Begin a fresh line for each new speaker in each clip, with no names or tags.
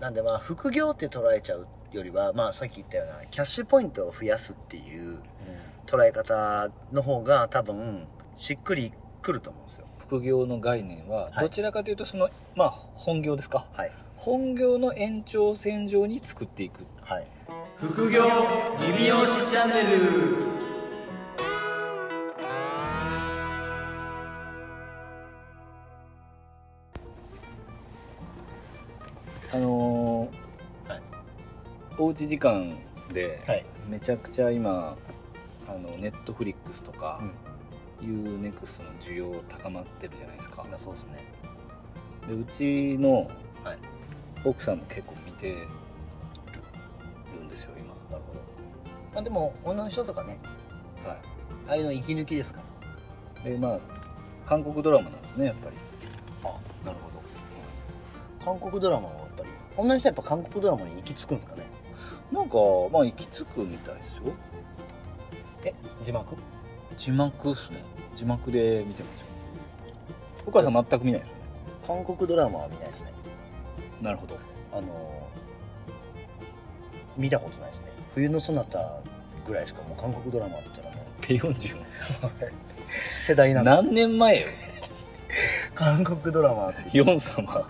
なんでまあ副業って捉えちゃうよりは、まあ、さっき言ったようなキャッシュポイントを増やすっていう捉え方の方が多分しっくりくると思うんですよ。
副業の概念は
はい
どちらかというとその、まあ本業ですか
はい、
本業の延長線上に作っていく
はい、
副業リビオシチャンネル
あのー
はい
おうち時間で
はい
めちゃくちゃ今あのネットフリックスとか、いうネクストの需要高まってるじゃないですか
今そうですね。
でうちの
はい
奥さんも結構見てるんですよ今
なるほど。まあ、でも女の人とかね、
は
ああいうの息抜きですから。
いでまあ韓国ドラマなんですねやっぱり
あ、なるほど。韓国ドラマはやっぱり女の人はやっぱ韓国ドラマに行き着くんですかね。
なんかまあ行き着くみたいですよ
え、字幕？
字幕っすね字幕で見てますよお母さん全く見ないですよね
韓国ドラマは見ないですね。
なるほど
あのー見たことないですね。冬のソナタぐらいしかもう韓国ドラマっていうのはもう
ペヨンジュン
世代なんで
何年前よ
韓国ドラマって
ヨン様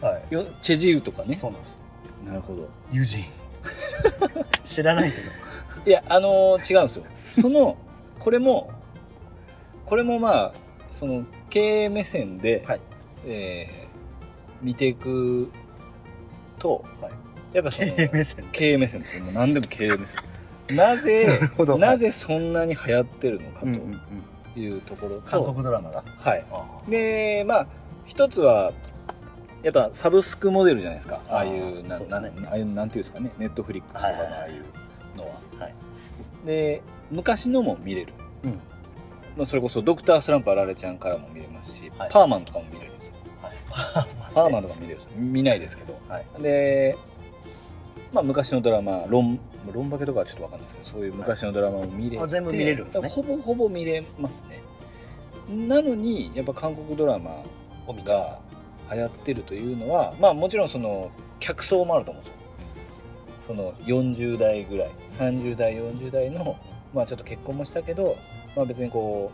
は
ヨンチェジウとか
い。
ね
そうなんです。
なるほど
友人。 知らないけど。
いやあのー違うんですよそのこれもこれもまあその経営目線で、
はい
えー見ていくと、
はい
やっぱそ の
目線。
経営目線ですよもう何でも経営目線なぜ
なるほど
なぜ そんなに流行ってるのか
うんうんうん
というところと、
韓国ドラマが。
はい
あ
でまあ一つはやっぱサブスクモデルじゃないですかああいう
あー
な
そうで
な
すね
ああいうなんていうんですかねネットフリックスとかのああいうのは、
はい
で昔のも見れる、
うん
まあ、それこそ「ドクタースランプあられちゃん」からも見れますし、
はい
パーマンとかも見れるんですよ
はい。
パーマンとか見れるんですよ見ないですけど、
はい
でまあ、昔のドラマ「ロンロンバケ」とかはちょっと分かんないですけどそういう昔のドラマも見れて、
あ全部見れるんですね
ほぼほぼ見れますねなのにやっぱ韓国ドラマ
おみちゃん。
が流行ってるというのはまあもちろんその客層もあると思うんですよその40代ぐらい30代40代のまあちょっと結婚もしたけど、まあ、別にこ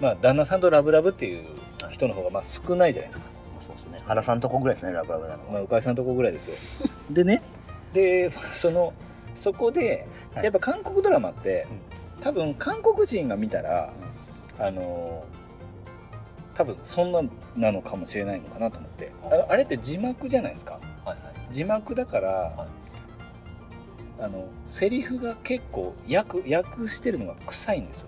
うまあ旦那さんとラブラブっていう人の方がまあ少ないじゃないですか、
そうですね。原さんとこぐらいですね、ラブラブなのは。
まあ、うかいさんのとこぐらいですよでねで まあそのそこで
はい
やっぱ韓国ドラマって、多分韓国人が見たら、あの多分そんななのかもしれないのかなと思ってあのあれって字幕じゃないですか
はいはい。
字幕だから、
は
あのセリフが結構訳訳してるのが臭いんですよ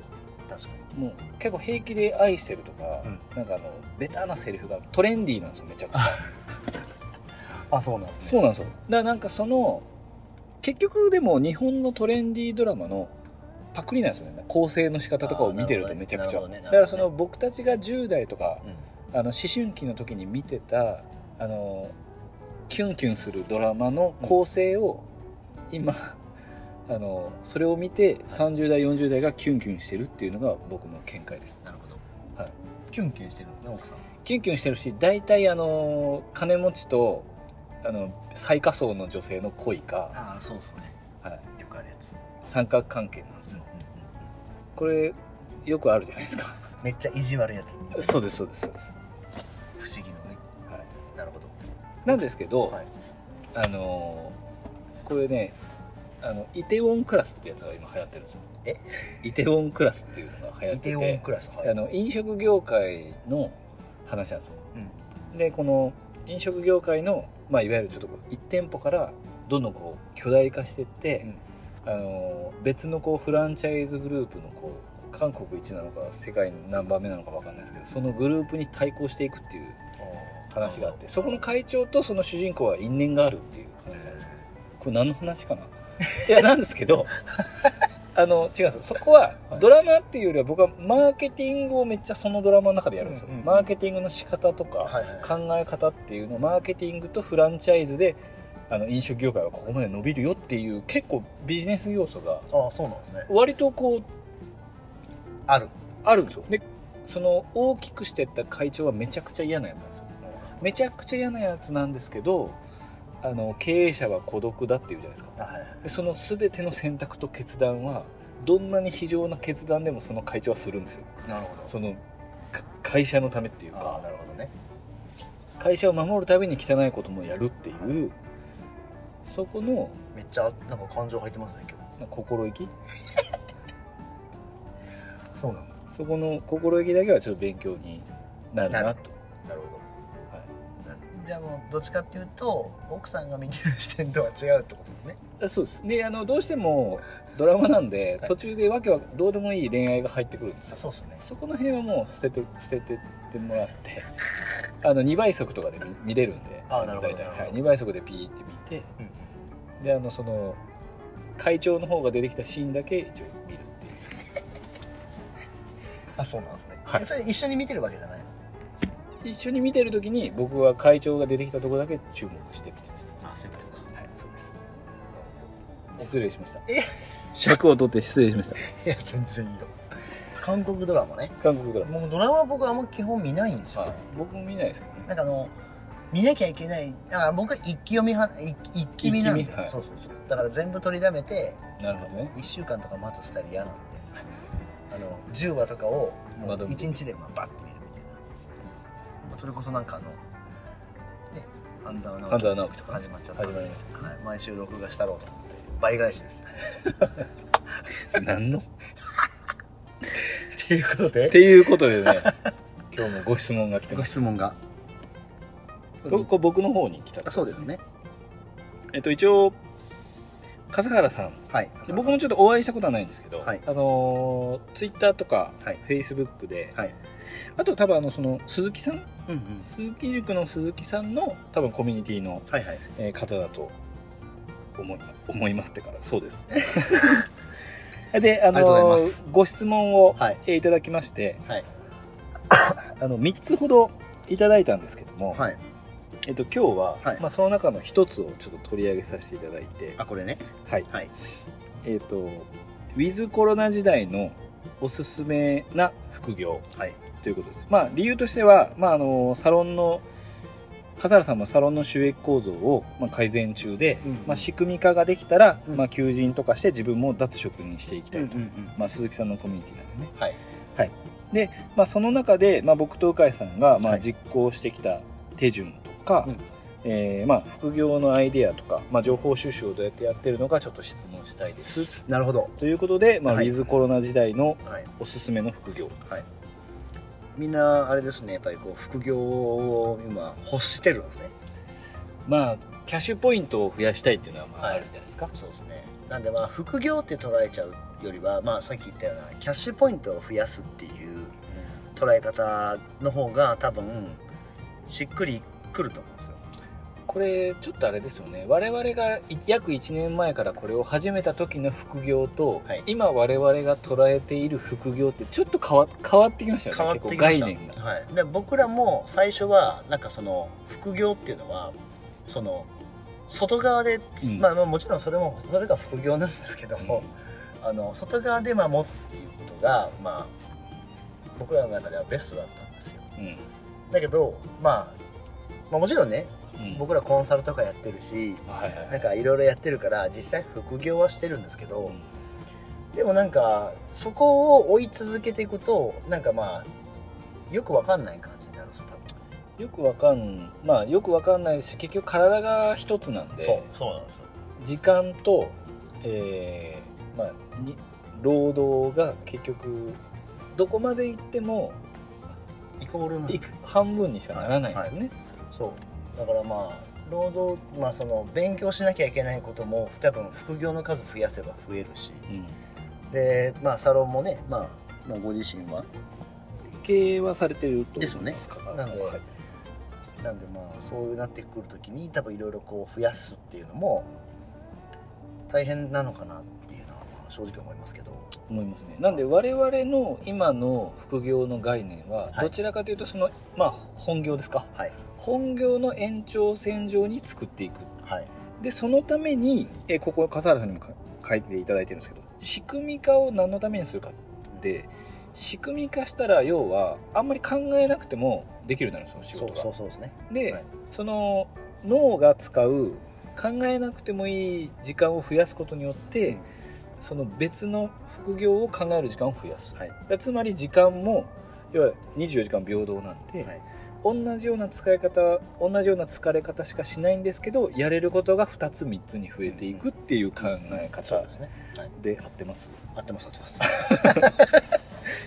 確かに。
もう結構平気で「愛してる」とか、
うん
なんかあのベタなセリフがトレンディーなんですよめちゃくちゃ
あ、そうなんですね。
そうなんですよだからなんかその結局でも日本のトレンディードラマのパクリなんですよね構成の仕方とかを見てるとめちゃくち
あーなる
ゃ、
ほどねなるほどね
だからその僕たちが10代とか
うん。
あの思春期の時に見てたあのキュンキュンするドラマの構成を今、 あのそれを見て30代40代がキュンキュンしてるっていうのが僕の見解です
なるほど。
はい。
キュンキュンしてるんですね、奥さん。
キュンキュンしてるし大体あの金持ちとあの最下層の女性の恋か、
ああ、そうそうね。
はい、
よくあるやつ。
三角関係なんですよこれよくあるじゃないですか
めっちゃ意地悪いやつ。
そうですそうですそうです、
不思議のね。
はい、
なるほど。
なんですけど、
はい
あのーこれねあのイテウォンクラスってやつが今流行ってるんですよ
え
イテウォンクラスっていうのが流行
イ
って
テウォン
て
クラス。は
あの飲食業界の話なんですよ、でこの飲食業界の、まあ、いわゆるちょっとこう1店舗からどんどんこう巨大化してって、あのー別のこうフランチャイズグループのこう韓国一なのか世界何番目なのか分かんないですけどそのグループに対抗していくっていう話があってそこの会長とその主人公は因縁があるっていう話なんですよこれ何の話かな いやなんですけ どあの違うんですよそこは
はい
ドラマっていうよりは僕はマーケティングをめっちゃそのドラマの中でやるんですよ、
うんうんうん
マーケティングの仕方とか
はいはい
考え方っていうのをマーケティングとフランチャイズであの飲食業界はここまで伸びるよっていう結構ビジネス要素が
ああ、そうなんですね。
割とこう
ある。
あるんですよでその大きくしてった会長はめちゃくちゃ嫌なやつなんですよめちゃくちゃ嫌なやつなんですけどあの経営者は孤独だっていうじゃないですか
あはいはい
でその全ての選択と決断はどんなに非常な決断でもその会長はするんですよ
なるほど
そのか会社のためっていう
ああ
か
なるほどね
会社を守るために汚いこともやるっていうそこの
めっちゃなんか感情入ってますね今
な心意気
日そうなんだ
そこの心意気だけはちょっと勉強になるなと
なるほど、
は
じゃあもうどっちかっていうと奥さんが見てる視点とは違うってことですね
あそうですであのどうしてもドラマなんで、
はい
途中でわけはどうでもいい恋愛が入ってくるんですよ
そうっすね
そこの辺はもう捨てて捨ててってもらってあの2倍速とかで見見れるんで
あなるほど
大体
なるほど
はい、2倍速でピーって見て
うんうん
であのその会長の方が出てきたシーンだけ一応見るっていう
あそうなんですね、
はい
えそれ一緒に見てるわけじゃないの
一緒に見てる時に僕は会長が出てきたとこだけ注目して見てまし
あそういうことか
たはいそうです
ど
失礼しました
え
尺を取って失礼しました
いや全然いいよ韓国ドラマね
韓国ドラマ
もうドラマは僕あんま基本見ないんですよ、
はい僕も見ないですけどね
なんかあの見なきゃいけないあ僕は一気読み派一一気見なんで、
一気見はい
そうそうそうだから全部取りだめて
なるほどね
1週間とか待つスタイル嫌なんで あの10話とかを
まだ見て
1日でまあバッて見るみたいな、まあ、それこそなんかあのね半沢直
半
樹
沢直樹とかね
始まっちゃった
始まりまし
はい、毎週録画したろうと思って倍返しです
た何のっ
っていうことで
ていうことでね 今日もご質問が来て
ご
ます
質問が
これこれ僕の方に来た
そうですね
えっと一応笠原さん
はい
で僕もちょっとお会いしたことはないんですけど、
はい
あのツイッター Twitter とか
はい
フェイスブックで、
はい
あと多分あのその鈴木さん
うんうん
鈴木塾の鈴木さんの多分コミュニティの、
はいはい
えー方だと思い思いますってかそう ですであ
ありがとうご
の
ざいます
ご質問を、
はい
えーいただきまして、
はい
あの3つほどいただいたんですけども、
はい
えっと、今日は、
はい
まあ、その中の1つをちょっと取り上げさせていただいて
あこれね
はい、
はい
えっ、とウィズコロナ時代のおすすめな副業
はい
ということですまあ理由としては、まあ、あのサロンの笠原さんもサロンの収益構造を、まあ、改善中で、
うん
まあ、仕組み化ができたら、
うん
まあ、求人とかして自分も脱職にしていきたいと、
うんうん
まあ、鈴木さんのコミュニティなんでね、
はい
まあ、その中で、まあ、僕と鵜飼さんが、ま
は
あ、
い
実行してきた手順とか、
うん
えーまあ、副業のアイデアとか、まあ、情報収集をどうやってやってるのかちょっと質問したいです
なるほど
ということで、まあ
はい
ウィズコロナ時代の
はい
おすすめの副業
みんなあれですねやっぱりこう副業を今欲してるんですね
まあキャッシュポイントを増やしたいっていうのはまあ
はい
あるじゃないですか、
そうですねなんでまあ副業って捉えちゃうよりはまあさっき言ったようなキャッシュポイントを増やすっていう捉え方の方が多分しっくりくると思うんですよ
これちょっとあれですよね我々がい約1年前からこれを始めた時の副業と、
はい
今我々が捉えている副業ってちょっと変わ変わってきましたよね
変わってきまし
結
た
構概念が、
はい、で僕らも最初はなんかその副業っていうのはその外側で、
うん
まあ、まあもちろんそれもそれが副業なんですけども、あの外側でまあ持つっていうことが、まあ、僕らの中ではベストだったんですよ
うん
だけど、まあ、まあもちろんね
うん
僕らコンサルとかやってるし
はいはいは
ないんかいろいろやってるから実際副業はしてるんですけど、でもなんかそこを追い続けていくとなんかまあよくわかんない感じになるんですよ多分
よくわかんまあよくわかんないし結局体が一つなんで
そうなんですよ
時間と、えーまあ、に労働が結局どこまで行っても
イコールない
く半分にしかならないんですよね、
そうだからまあ労働まあその勉強しなきゃいけないことも多分副業の数増やせば増えるし
うん
でまあサロンもねまあまあご自身は
経営はされてると
ですよね
から
なので
はい
なんでまあそうなってくるときに多分いろいろこう増やすっていうのも大変なのかなっていうのはまあ正直思いますけど
思いますねなんで我々の今の副業の概念は
はい
どちらかというとその、まあ本業ですか
はい
本業の延長線上に作っていく
はい
でそのためにえーここ笠原さんにもか書いていただいてるんですけど仕組み化を何のためにするかって仕組み化したら要はあんまり考えなくてもできるようになるんですよ仕
そ
事
う
が
そうそうですね
で、
はい
その脳が使う考えなくてもいい時間を増やすことによって、
うん
その別の副業を考える時間を増やす、
はい
だからつまり時間も要は24時間平等なんで、
はい
同じような使い方同じような疲れ方しかしないんですけどやれることが2つ3つに増えていくっていう考え
そう
方
ですね。はい。
で合ってます
合ってます合って ます。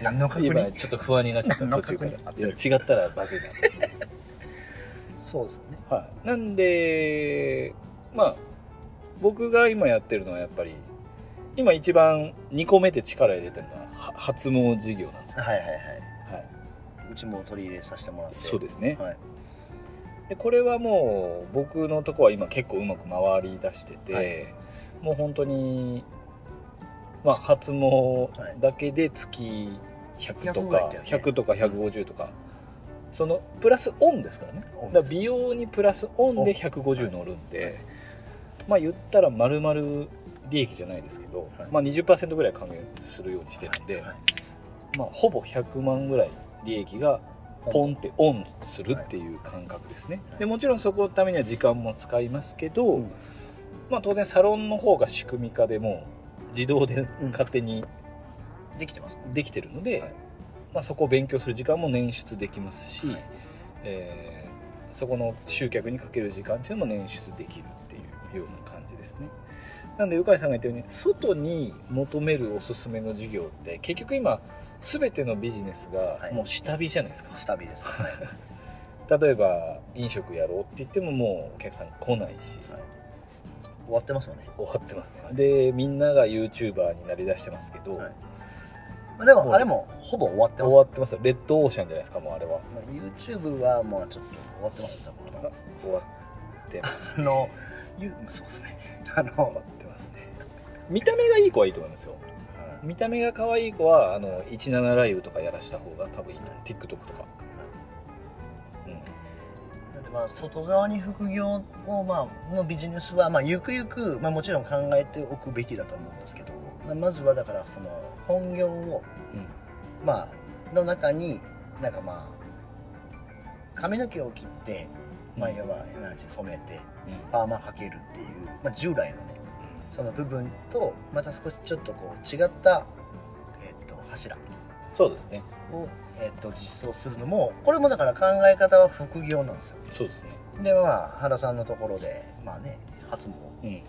何の確
今
認？
ちょっと不安になっちゃった途中からい
なんかこれ
や違ったらバズる
そうですね。
な、はい、なんでまあ僕が今やってるのはやっぱり今一番2個目で力入れてるのはは発毛事業なんですよ、
はいはいは
はい、
い。うちも取り入れさせてもらって。
そうですね、
はい。
でこれはもう僕のとこは今結構うまく回り出してて、
はい
もう本当にまあ発毛だけで月100と
100
か
ぐらいだよね
100とか150とかそのプラスオンですからね
オン
だから美容にプラスオンで150乗るんで、まあ言ったら丸々利益じゃないですけど、
はい
まあ20%ぐらい還元するようにしてるんで、
はい
まあほぼ100万ぐらい利益がポンってオンするっていう感覚ですね、
はい
でもちろんそこのためには時間も使いますけど、
うん
まあ、当然サロンの方が仕組み化でもう自動で
うん
勝手に
できてます。
できてるので、
はい
まあ、そこを勉強する時間も捻出できますし、
はい
えーそこの集客にかける時間っていうのも捻出できるっていうような感じですね。なんで鵜飼さんが言ったように外に求めるおすすめの事業って結局今全てのビジネスが
はい
もう下火じゃないですか、
下火 です。はい。
例えば飲食やろうって言ってももうお客さん来ないし
終わってますよね。
終わってますねでみんなが YouTuber になりだしてますけど、
はいまあでもあれもほぼ終わってます
終わ。ってますよレッドオーシャンじゃないですかもうあれは
まあ YouTube はまあちょっと終わってますね。多分
終わってます
あの、ゆそうですね。 あ
終
の、
わってますね見た目がいい子はいいと思いますよ見た目が可愛い子はあの17ライブとかやらした方が多分いいと思う TikTok とか、うん、
でまあ外側に副業を、まあのビジネスは、まあ、ゆくゆく、まあ、もちろん考えておくべきだと思うんですけど、まあまずはだからその本業を、
うん
まあの中になんかまあ髪の毛を切って、まあ、
うん
要はエナジー染めて
うん
パーマかけるっていう、まあ、従来のねその部分とまた少しちょっとこう違った、えっと柱
そうですね
を、えっと実装するのもこれもだから考え方は副業なんですよ。
そうですね
でまあ原さんのところでまあね初も
うん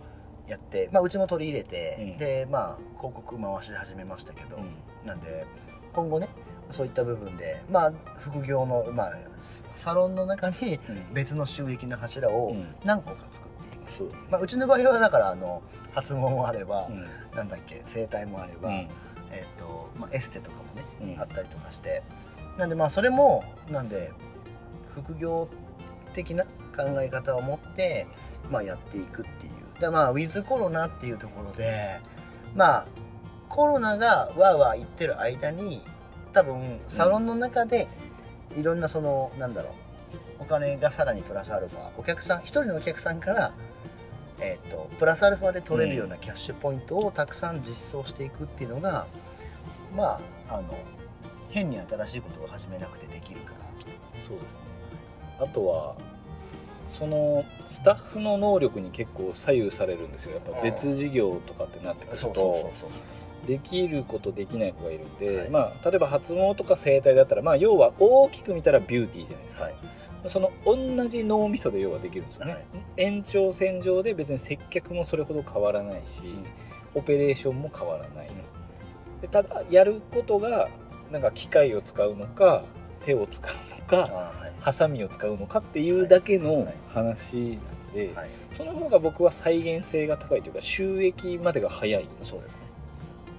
やって、まあ、うちも取り入れて、
うん
でまあ広告回し始めましたけど、
うん
なんで今後ねそういった部分でまあ副業の、まあ、サロンの中に
うん
別の収益の柱を
うん
何個か作っていく、
そう
まあ、うちの場合はだからあの発毛もあれば、
うん
なんだっけ整体もあれば、
うん
えっとまあ、エステとかもね
うん
あったりとかしてなんでまあそれもなんで副業的な考え方を持って、まあ、やっていくっていうでまあウィズコロナっていうところでまあコロナがわーわー言ってる間に多分サロンの中でいろんなその、なんだろうお金がさらにプラスアルファお客さん一人のお客さんから、えっとプラスアルファで取れるようなキャッシュポイントをたくさん実装していくっていうのが、まああの変に新しいことを始めなくてできるから
そうですねあとはそのスタッフの能力に結構左右されるんですよやっぱ別事業とかってなってくる
そうそうそう
と
そう
できることできない子がいるんで、
はい
まあ、例えば発毛とか整体だったら、まあ、要は大きく見たらビューティーじゃないですか、
はい
その同じ脳みそで要はできるんですよね、
はい
延長線上で別に接客もそれほど変わらないし、
ん
オペレーションも変わらない、でただやることがなんか機械を使うのか手を使うのか、
あーはい
ハサミを使うのかっていうだけの話なんで、
はい
その方が僕は再現性が高いというか収益までが早い
そうですね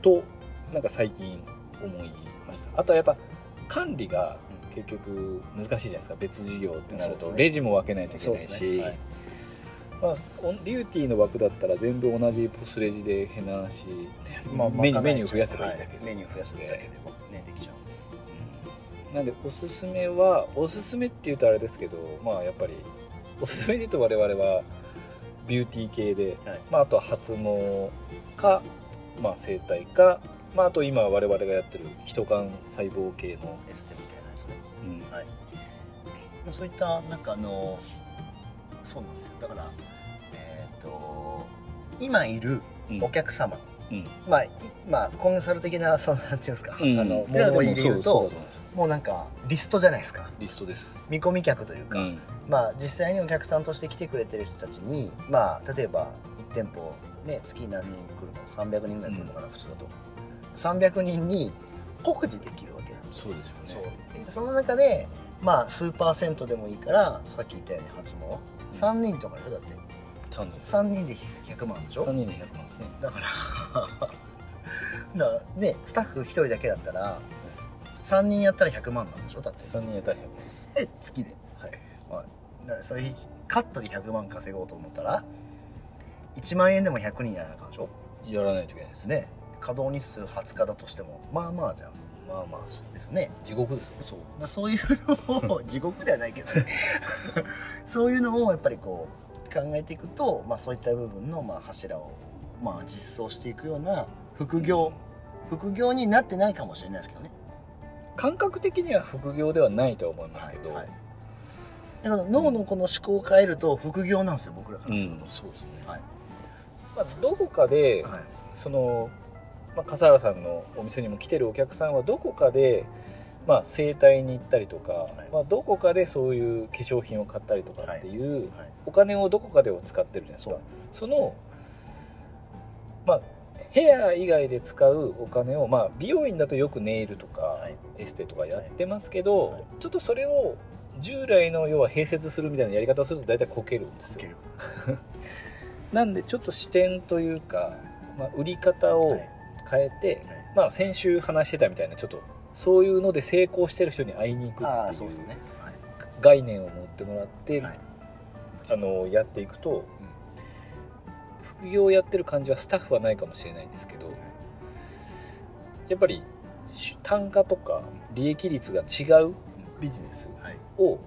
となんか最近思いましたあとはやっぱ管理が結局難しいじゃないですか別事業ってな
そ
る
う
と
ですね
レジも分けないといけない
そうです
し
ねはい
まあおビューティーの枠だったら全部同じポスレジでへなし、メニューメニュー増やせばいいだけで
は、メニュー増やせばいいだけでもねできちゃう
うんなんでおすすめはおすすめっていうとあれですけどまあやっぱりおすすめで言うと我々はビューティー系で、
はい
まあ、あとは発毛か、まあ、整体か、まあ、あと今我々がやってる人間細胞系の、
エステみたいなやつね
うん
まあそういったなんかあのそうなんですよだからえっ、と今いる
うん
お客様、
うん
まあいまあコンサル的なそのなんていうんですか、
うん
あの
いや
物を言い
で
で言う
もそうそうだ
と
と思います
もうなんかリストじゃないですか
リストです
見込み客という
う
か、
ん
まあ実際にお客さんとして来てくれてる人たちにまあ例えば1店舗ね月何人来るの300人ぐらい来るのかな、普通だと300人に告示できるわけなんです
そうです
そ
よ
う
ね
でその中でまあ数パーセントでもいいからさっき言ったように初詣3人とかでしょだって
3人
3人で100万でし
3
ょ
人で100万ですね
だから だからねスタッフ1人だけだったら3人やったら100万なんでしょだって
3人やったら100万
え月ではい、だからそれカットで100万稼ごうと思ったら1万円でも100人やらなあかんでしょ
やらないといけないですね
ね稼働日数20日だとしてもまあまあじゃん
まあまあそう
ですよね
地獄ですよ
そうだからそういうのを 地獄ではないけどね そういうのをやっぱりこう考えていくと、まあ、そういった部分のまあ柱をまあ実装していくような副業、副業になってないかもしれないですけどね
感覚的には副業ではないとは思いますけど、
はいはいだから脳のこの思考を変えると副業なんですよ僕らか
う
らする
ん
と、
そうですね、
はい
まあ、どこかで、
はい
その、まあ、笠原さんのお店にも来てるお客さんはどこかで、まあ、整体に行ったりとか、
い
まあ、どこかでそういう化粧品を買ったりとかっていう、
はい
お金をどこかでは使ってるじゃないです
そ
か
う
その、まあ、ヘア以外で使うお金を、まあ、美容院だとよくネイルとか、
はい
エステとかやってますけど、
はい
ちょっとそれを従来の要は併設するみたいなやり方をすると大体こけるんです
受け
よ
る
なんでちょっと視点というか、まあ、売り方を
はい
変えて、まあ先週話してたみたいなちょっとそういうので成功してる人に会いに行く
ああ
って
そう
い
です
う
ね、はい
概念を持ってもらって、
はい
あのやっていくと、副業をやってる感じはスタッフはないかもしれないんですけど、やっぱりし単価とか利益率が違うビジネス
はい
を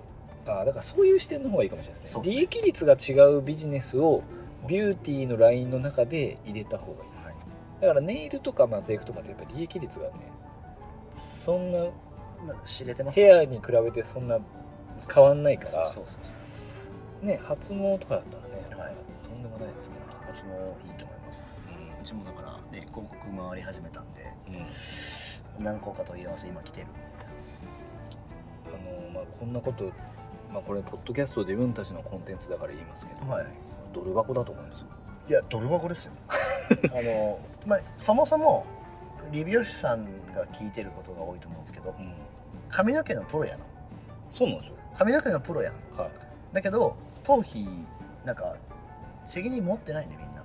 あだからそういう視点の方がいいかもしれないです
そ
ね
うですね
利益率が違うビジネスをビューティーのラインの中で入れた方がいいです、
はい
だからネイルとかまあゼクとかってやっぱり利益率がねそんな
まあ知れてます
ヘアに比べてそんな変わんないから
そうそうそう
ね初詣とかだったらね、
はい
とんでもないですか
私もいいと思いますうちもだからね広告回り始めたんで
ら、うん
何個か問い合わせ今来てるんで
あのまあ、こんなこと、まあ、これポッドキャスト自分たちのコンテンツだから言いますけど
はい
ドル箱だと思うんですよ、
いやドル箱 ですよあの、まあ、そもそも理美容師さんが聞いてることが多いと思うんですけど
うん、
髪の毛のプロやな
そうなんですよ
髪の毛のプロやん
はい
だけど頭皮なんか責任持ってないねみんな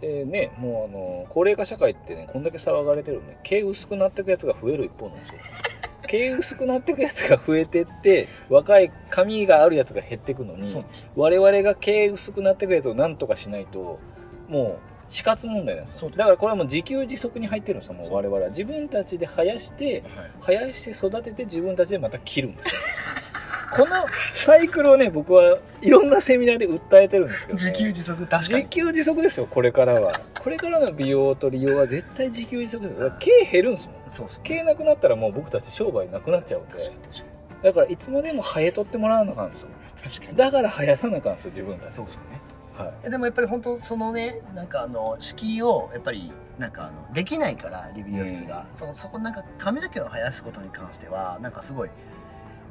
でねもうあの高齢化社会ってねこんだけ騒がれてるのね毛薄くなってくやつが増える一方なんですよ毛薄くなってくやつが増えてって若い髪があるやつが減ってくの
ん
に
ですよ
我々が毛薄くなってくやつをなんとかしないともう死活問題なんです
そう
よ
です
だからこれはもう自給自足に入ってるんですよも
そう
う我々は自分たちで生やして
はい
生やして育てて自分たちでまた切るんですよこのサイクルをね僕はいろんなセミナーで訴えてるんですけど、ね、
自給自足確かに
自給自足ですよこれからはこれからの美容と利用は絶対自給自足ですよだから毛減るんですもん
そうですね
毛なくなったらもう僕たち商売なくなっちゃうんで
確かに確かに
だからいつまでも生えとってもらわなあかんですよ
確かに
だから生やさなあかんですよ自分たち
そうですよね
はい
いやでもやっぱり本当そのねなんかあの敷居をやっぱりなんかあのできないからリビオリスが、そそこなんか髪の毛を生やすことに関してはなんかすごい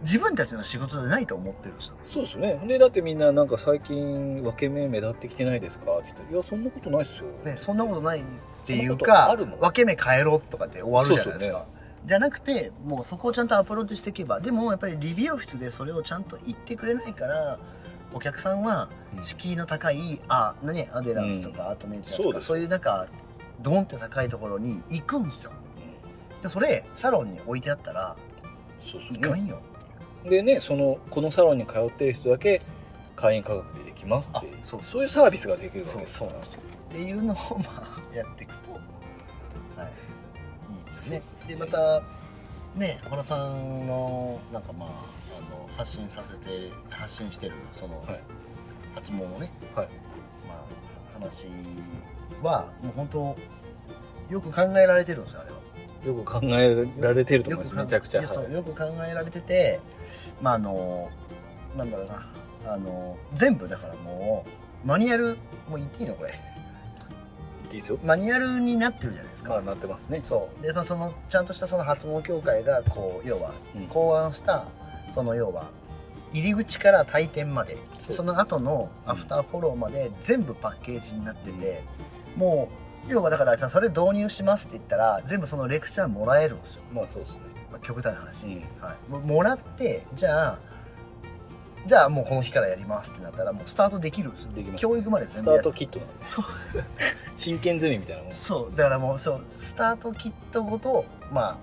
自分たちの仕事じゃないと思ってるんですよ
そうですよねでだってみんななんか最近分け目目立ってきてないですかって言ったら「いやそんなことないっすよ」
ね、そんなことないっていう
そんなこと
か
あるもん
分け目変えろとかって終わるじゃないです
そう
か
そう
じゃなくてもうそこをちゃんとアプローチしていけばでもやっぱりリビオ室でそれをちゃんと言ってくれないからお客さんは
うん
敷居の高いあ何アデランスとか、あとネイチャー
そ
と
う
か
です
そういうなんかドンって高いところに行くんですよでそれサロンに置いてあったら
そうです
い
ね
かんよっていう、
でねそのこのサロンに通ってる人だけ会員価格でできますっていう
あそう
そういうサービスができるわけですから
ですよっていうのをまあやっていくとはいいいですね
そう
で
です
ま
ね
たね原さんのなんかまああの発信させて発信してるその
はい
初詣のね、
はい
まあ、話はもう本当よく考えられてるんですよあれは。
よく考えられてると
よ
思い
く考
ます
え
めちゃくちゃ
いやそう
はい
よく考えられててまああのなんだろうなあの全部だからもうマニュアルもう言っていいのこれ
っていいですよ
マニュアルになってるじゃないですか、
まあなってますね
そうでまあそのちゃんとしたその発毛協会がこう要は
うん
考案したその要は入り口から退店まで
そうです
その後のアフターフォローまで全部パッケージになってて、もう要はだからさそれ導入しますって言ったら全部そのレクチャーもらえるんですよ、
まあそうですね
まあ、極端な話、
うん
はい、ももらってじゃあじゃあもうこの日からやりますってなったらもうスタートできるんですよ
できます
教育まで全
ス
部
タ
や
ー
る
トキットなんで
そう
真剣ゼミみたいなもん
そうだからもうそうスタートキットごとまあ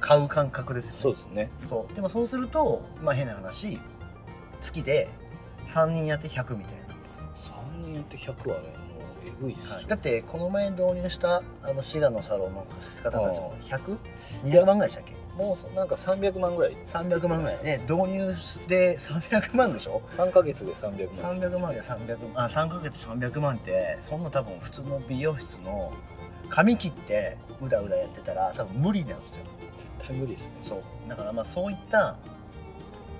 買う感覚ですよね
そうですね
そうでもそうするとまあ変な話月で3人やって100みたいな、
3人やって100はねもうえぐいっすよ、
だってこの前導入したあの滋賀のサロンの方たちも 100?200
や
万ぐらいでしたっけ
もうそなんか300万ぐらい
300万ぐらいね導入で300万でしょ
3ヶ月で300万ですね
300万で300あ3ヶ月300万ってそんな多分普通の美容室の髪切ってうだうだやってたら多分無理なんですよ
絶対無理ですね
そうだからまあそういった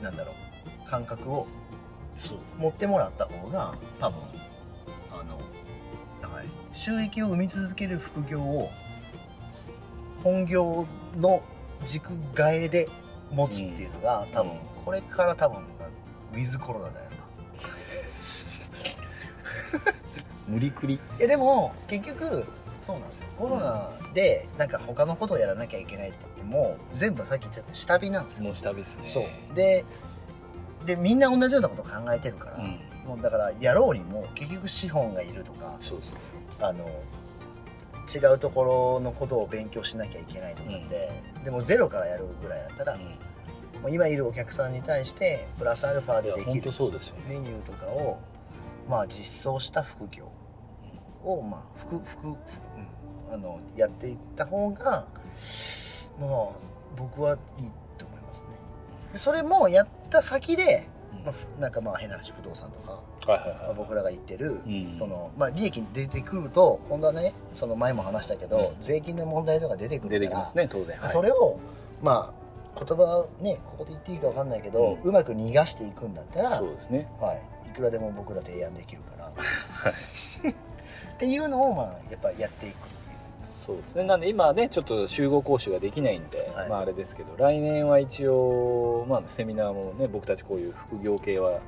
なんだろう感覚を
そうです
持ってもらった方が多分あの、はい、収益を生み続ける副業を本業の軸替えで持つっていうのが、多分
うん
これから多分ウィズコロナじゃないですか。
無理くり
いやでも結局そうなんですよコロナでなんか他のことをやらなきゃいけないって言っても全部さっき言ってた下火なんですよ。
もう下火っすね
そうででみんな同じようなこと考えてるから、
うん
もうだからやろうにも結局資本がいるとか
そうですね
あの違うところのことを勉強しなきゃいけないとかって、でもゼロからやるぐらいだったら、
う
もう今いるお客さんに対してプラスアルファ
んい
で
や
でき
本当
る
そうですよね
メニューとかを、まあ、実装した副業を、まあ、副副副、うん、あのやっていった方がまあ僕はいいと思いますね。でそれもやった先で、
うん
まあふ、なんかまあ変な話不動産とか、
はいはい
まあ、僕らが言ってる、
うん
そのまあ、利益出てくると今度はねその前も話したけど、
うん
税金の問題とか出てくるか
出
ら
てきますね当然はい
それをまあ言葉ねここで言っていいか分かんないけど、
う
うまく逃がしていくんだったら、
そうですね
はい、いくらでも僕ら提案できるから、っていうのを、まあ、やっぱやっていく
そうですねなんで今はねちょっと集合講習ができないんで、
はい
まああれですけど来年は一応、まあ、セミナーもね僕たちこういう副業系は
はい、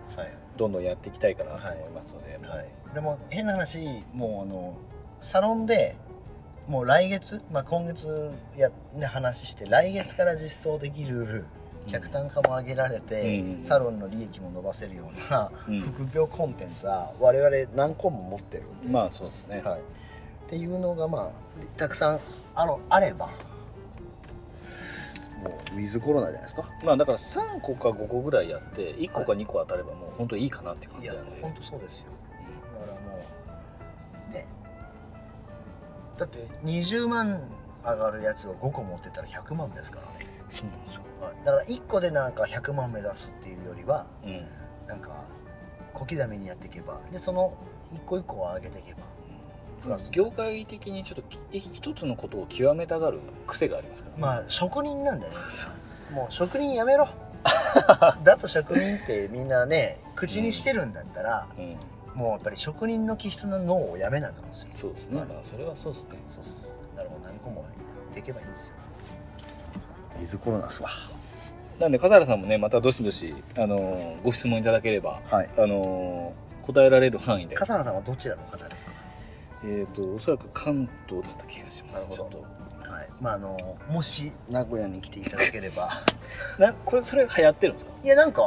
どんどんやっていきたいかなと思いますので、
はい、でも変な話もうあのサロンでもう来月、まあ、今月や、ね、話して来月から実装できる客単価も上げられて、
うん
サロンの利益も伸ばせるような
うん
副業コンテンツは我々何個も持ってるんで、
まあそうですね、
はい、っていうのがまあたくさんあのあればもうウィズコロナじゃないですか
まあだから3個か5個ぐらいやって1個か2個当たればもう本当いいかなって感
い
じな
や
ので、
本当そうですよだからもうねだって20万上がるやつを5個持ってたら100万ですからね、
そうなんですよ
だから1個でなんか100万目指すっていうよりは
うん、
なんか小刻みにやっていけばでその1個1個を上げていけばプラス
業界的にちょっとき一つのことを極めたがる癖がありますから、
まあ職人なんだよねもう職人や めろだと職人ってみんなね口にしてるんだったら、
うん、
もうやっぱり職人の気質の脳をやめなあかんですよ
そうですね、
はい
まあそれはそうですね
そうっすだからもう何個もやっていけばいいんですよウィズコロナっすわ
なんで笠原さんもねまたどしどし、あのーご質問いただければ、
はい
あのー答えられる範囲で
笠原さんはどちらの方ですか
えっ、とおそらく関東だった気がします
なるほど
ちょ
はいまああのもし名古屋に来ていただければ
っとなこれそれ流行ってるんですか
いやなんか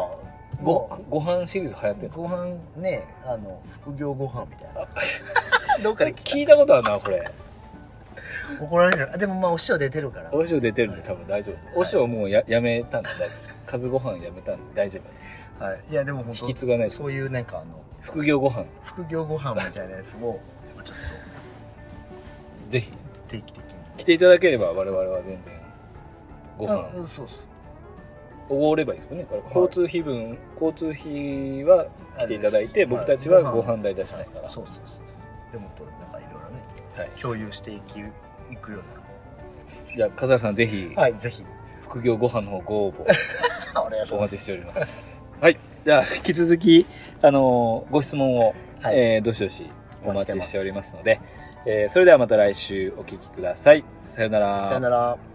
ごご飯シリーズ流行ってるんです
ご飯ねあの副業ご飯みたいな どっか
か
で
聞いたことあるなこれ
怒られるあでもまあお師匠出てるから
お師匠出てるんで多分大丈夫お師匠はもうややめたんで大丈夫数ご飯やめたんで大丈夫だと
はい、いやでも本当
引き継がないです
そういうなんかあの
副業ご飯
副業ご飯みたいなやつをちょっ
ぜひ
と定期的に
来ていただければ我々は全然ご
あう
飯
んそうそう
おごればいいですよねこれ
はい
交通費分、交通費は来ていただい
あれで
て
す
僕たちはご飯代出しますから
はいそうそうそうそうでもっとなんかいろいろね
はい、
共有していきいくよう
じゃあ笠原さんぜひ
なはいぜひ
副業ご飯の方ご応募
お願いし
お
ます
待ちしておりますはいじゃあ引き続きあのーご質問を、
はい
えーどしどしお待ちしており
ま
ますので、えーそれではまた来週お聞きください。さよな
さよなら